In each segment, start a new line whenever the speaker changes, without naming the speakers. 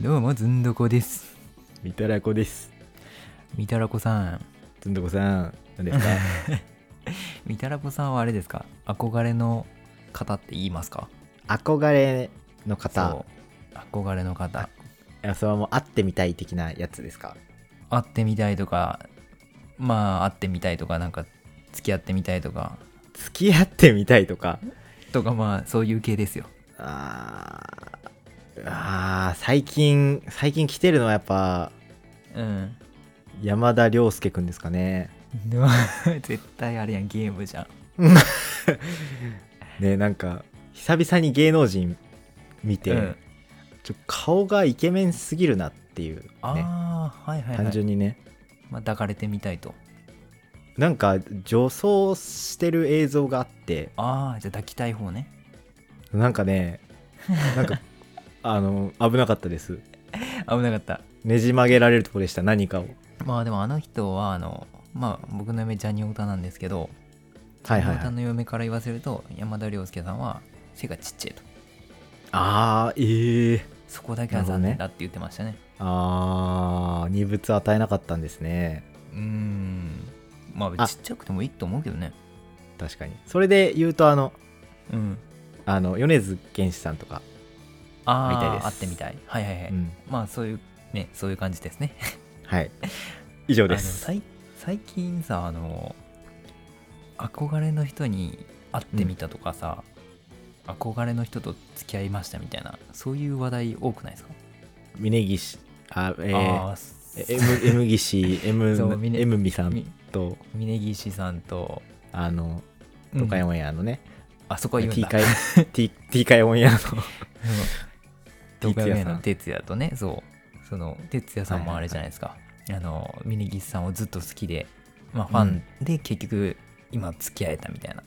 どうもずんどこです
みたらこです。
みたらこさん
ずんどこさん、何ですか
みたらこさんはあれですか憧れの方って言いますか
憧れ
そ
の方、
う憧れの方
いやそれはもう会ってみたい的なやつですか
会ってみたいとかまあ会ってみたいとかなんか付き合ってみたいとか
付き合ってみたいとか。
とかまあそういう系ですよ
あーあー、最近、最近来てるのはやっぱ、
うん
山田涼介くんですかね。
でも絶対あれやんゲームじゃん
ね、なんか、久々に芸能人見て、
うん
ちょ顔がイケメンすぎるなっていう、ね、
ああ、はいはい、はい、
単純にね。
まあ、抱かれてみたいと
なんか、女装してる映像があって、
ああじゃあ抱きたい方ね
なんかね、なんか、 あの、危なかったです。
危なかった
ねじ曲げられるとこでした、何かを。
まあでもあの人はあのまあ僕の嫁ジャニオタなんですけど、
はいは
ジャニオ
い、は
タ
い。
の嫁から言わせると山田涼介さんは背がちっちゃいと
あー、えー。
そこだけは残念だって言ってましたね
あー、二物与えなかったんですね。
うーんまあ
あ
ちっちゃくてもいいと思うけどね
確かに。それで言うと、あの、
うん
あの、米津玄師さんとか。
ああ
みたいです
会ってみたいはいはいはい、
うん。
まあそういうねそういう感じですね
はい。以上
あの
です。
最最近さあの憧れの人に会ってみたとかさ、憧れの人と付き合いましたみたいなそういう話題多くないですか、
峯岸、あ、えー、
あ
え
ー
M, M 岸、M
そう、峰
M 美さん
み
と、
峯岸さんと
あの、東海
うん
オンエアのね、
あそこは言うん
T
だ
会、T, T 会オンエアの、
うん東海オンエアの
哲
哲也とねそうその哲也さんもあれじゃないですか、あの峯岸さんをずっと好きで、まあ、ファンで結局今付き合えたみたいな、
ま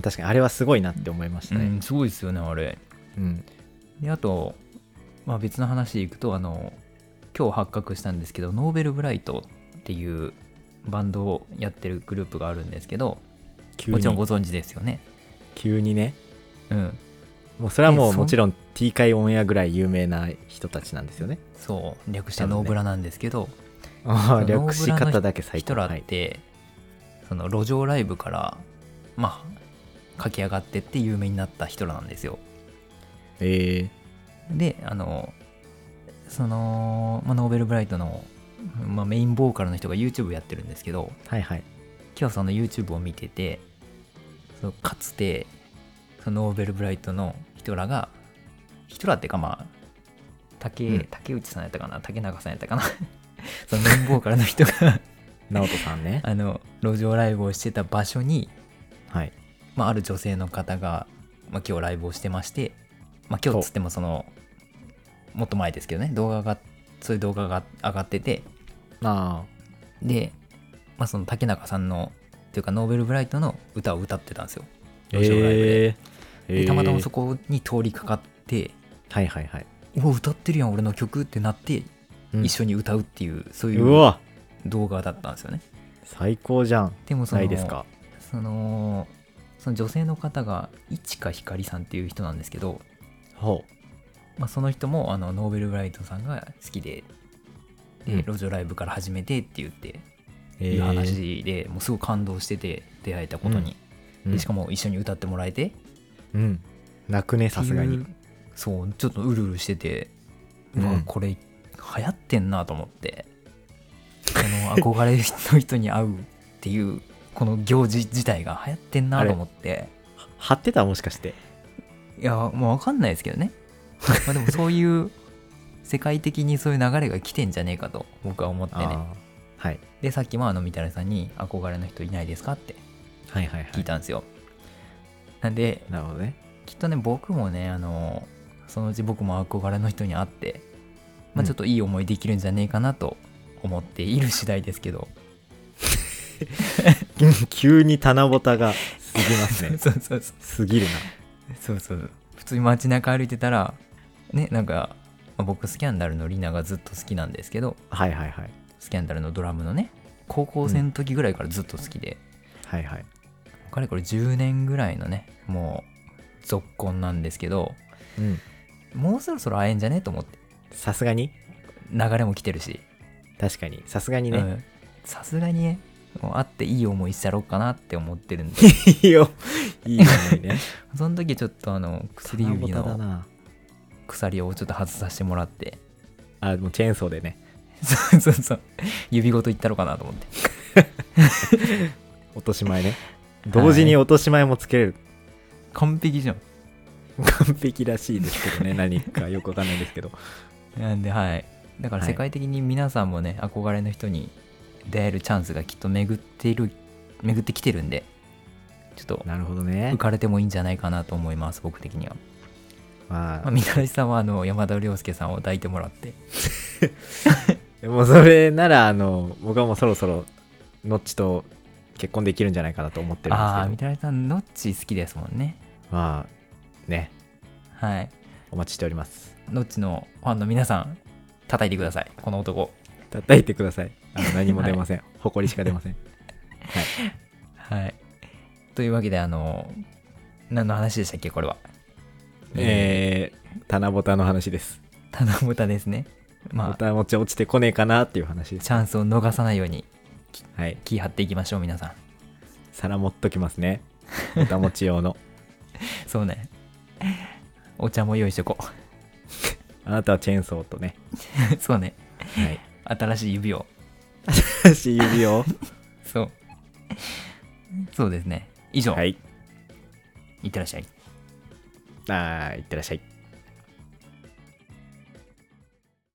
あ確かにあれはすごいなって思いましたね。
すごいですよねあれ
うん。
であと、まあ、別の話でいくとあの今日発覚したんですけどノーベルブライトっていうバンドをやってるグループがあるんですけど
急
もちろんご
に、
存知ですよね
急にね。
うん
もうそれはも
え
う
そん
もちろん T 会オンエアぐらい有名な人たちなんですよね。
そう略してノーブラなんですけど、
ああ、
その
略し方だけ最
ヒト
高。
ラ
は
ーっ
い。
て、その路上ライブからまあ駆け上がってって有名になった人らなんですよ
え
であのその、まあ、ノーベルブライトの、まあ、メインボーカルの人が YouTube やってるんですけど
ー、はいはい。
今日その YouTube を見ててそのかつてそのノーベルブライトの人らが人らっていうかまあ竹,、
うん
竹内さんやったかな竹中さんやったかな そのメインボーカルの人が
直人さんね。
あの路上ライブをしてた場所に、
はい。
まあ、ある女性の方が、まあ、今日ライブをしてまして、まあ、今日っつってもそのもっと前ですけどね動画がそういう動画が上がってて
あ
で、まあ、その竹中さんのというかノーベルブライトの歌を歌ってたんですよ
あ。
路上ライブで,、
えー
でたまたまそ
こ。
こに通りかかって
はいはいはい。
「お歌ってるやん俺の曲」ってなって
うん
一緒に歌うっていう、そういうう
わ
動画だったんですよね
最高じゃん。
でもその
ないですか。
そのその女性の方が市川ひかりさんっていう人なんですけど、
ほう。
まあ、その人もあのノーベル・ブライトさんが好きでで、
うん
路上ライブから始めてって言って、
え
いう話でもうすごい感動してて出会えたことに、でしか
も。
も一緒に歌ってもらえて
うん。泣くね、さすが
っ
に
て。いうそうちょっとうるうるしてて、う
うん
わこれ流行ってんなと思ってこの憧れの人に会うっていうこの行事自体が流行ってんなと思って。
張ってたもしかして。
いやもう分かんないですけどねまあでもそういう 世界的にそういう流れが来てんじゃねえかと僕は思ってね
ああ。はい。
でさっきもあのみたらさんに「憧れの人いないですか?」って
はいはいは
聞い
い。
たんですよ、なんで
なるほどね。
きっとね僕もねあのそのうち僕も憧れの人に会って、ま
う
あ、
ん
ちょっといい思いできるんじゃねえかなと思っている次第ですけど、。
急に棚ぼたが過ぎます ね
そうそうそう
過ぎるな。
そうそう普通に街中歩いてたらねなんか、まあ僕スキャンダルのリナがずっと好きなんですけど
はいはいはい。
スキャンダルのドラムのね高校生の時ぐらいからずっと好きで、
はいはい。
かれこれ10年ぐらいのねもう続婚なんですけど
うん。
もうそろそろ会えんじゃねと思って
さすがに
流れも来てるし
確かにさすがに
う
ね、
んさすがにねもう会っていい思いしたろうかなって思ってるんで
いいよいいよね
その時ちょっとあの薬
七夕
指
だ
の
な
鎖をちょっと外させてもらって
あもうチェーンソーでね
そうそうそう指ごといったろうかなと思って
落とし前ね同時に落とし前もつけれる、
完璧じゃん
完璧らしいですけどね何かよくわかんないですけど
なんではいだから
はい
世界的に皆さんもね、憧れの人に出会えるチャンスがきっと巡っている巡ってきてるんでちょっと
なるほどね
浮かれてもいいんじゃないかなと思います僕的には、
ま
まあ、
あ
みたらしさんはあの山田涼介さんを抱いてもらって
でもそれならあの僕はもうそろそろノッチと結婚できるんじゃないかなと思ってるんです
ああーみ
け
た
ど
らしさんノッチ好きですもんね
まあね
はい
お待ちしております
ノッチのファンの皆さん叩いてくださいこの男
叩いてくださいあ の何も出ません、誇りしか出ません
はいというわけであの何の話でしたっけこれは
えー、七夕の話です
七夕ですねま
ま
あ
たもち落ちてこねえかなっていう話です
チャンスを逃さないように
はい
気張っていきましょう皆さん
皿持っときます ねおたもち用の
そうねお茶も用意しとこ
あなたはチェーンソーとね
う そうね
はい
新しい指を
足指を
そうそうですね以上、
はい
いってらっしゃい
あーいってらっしゃい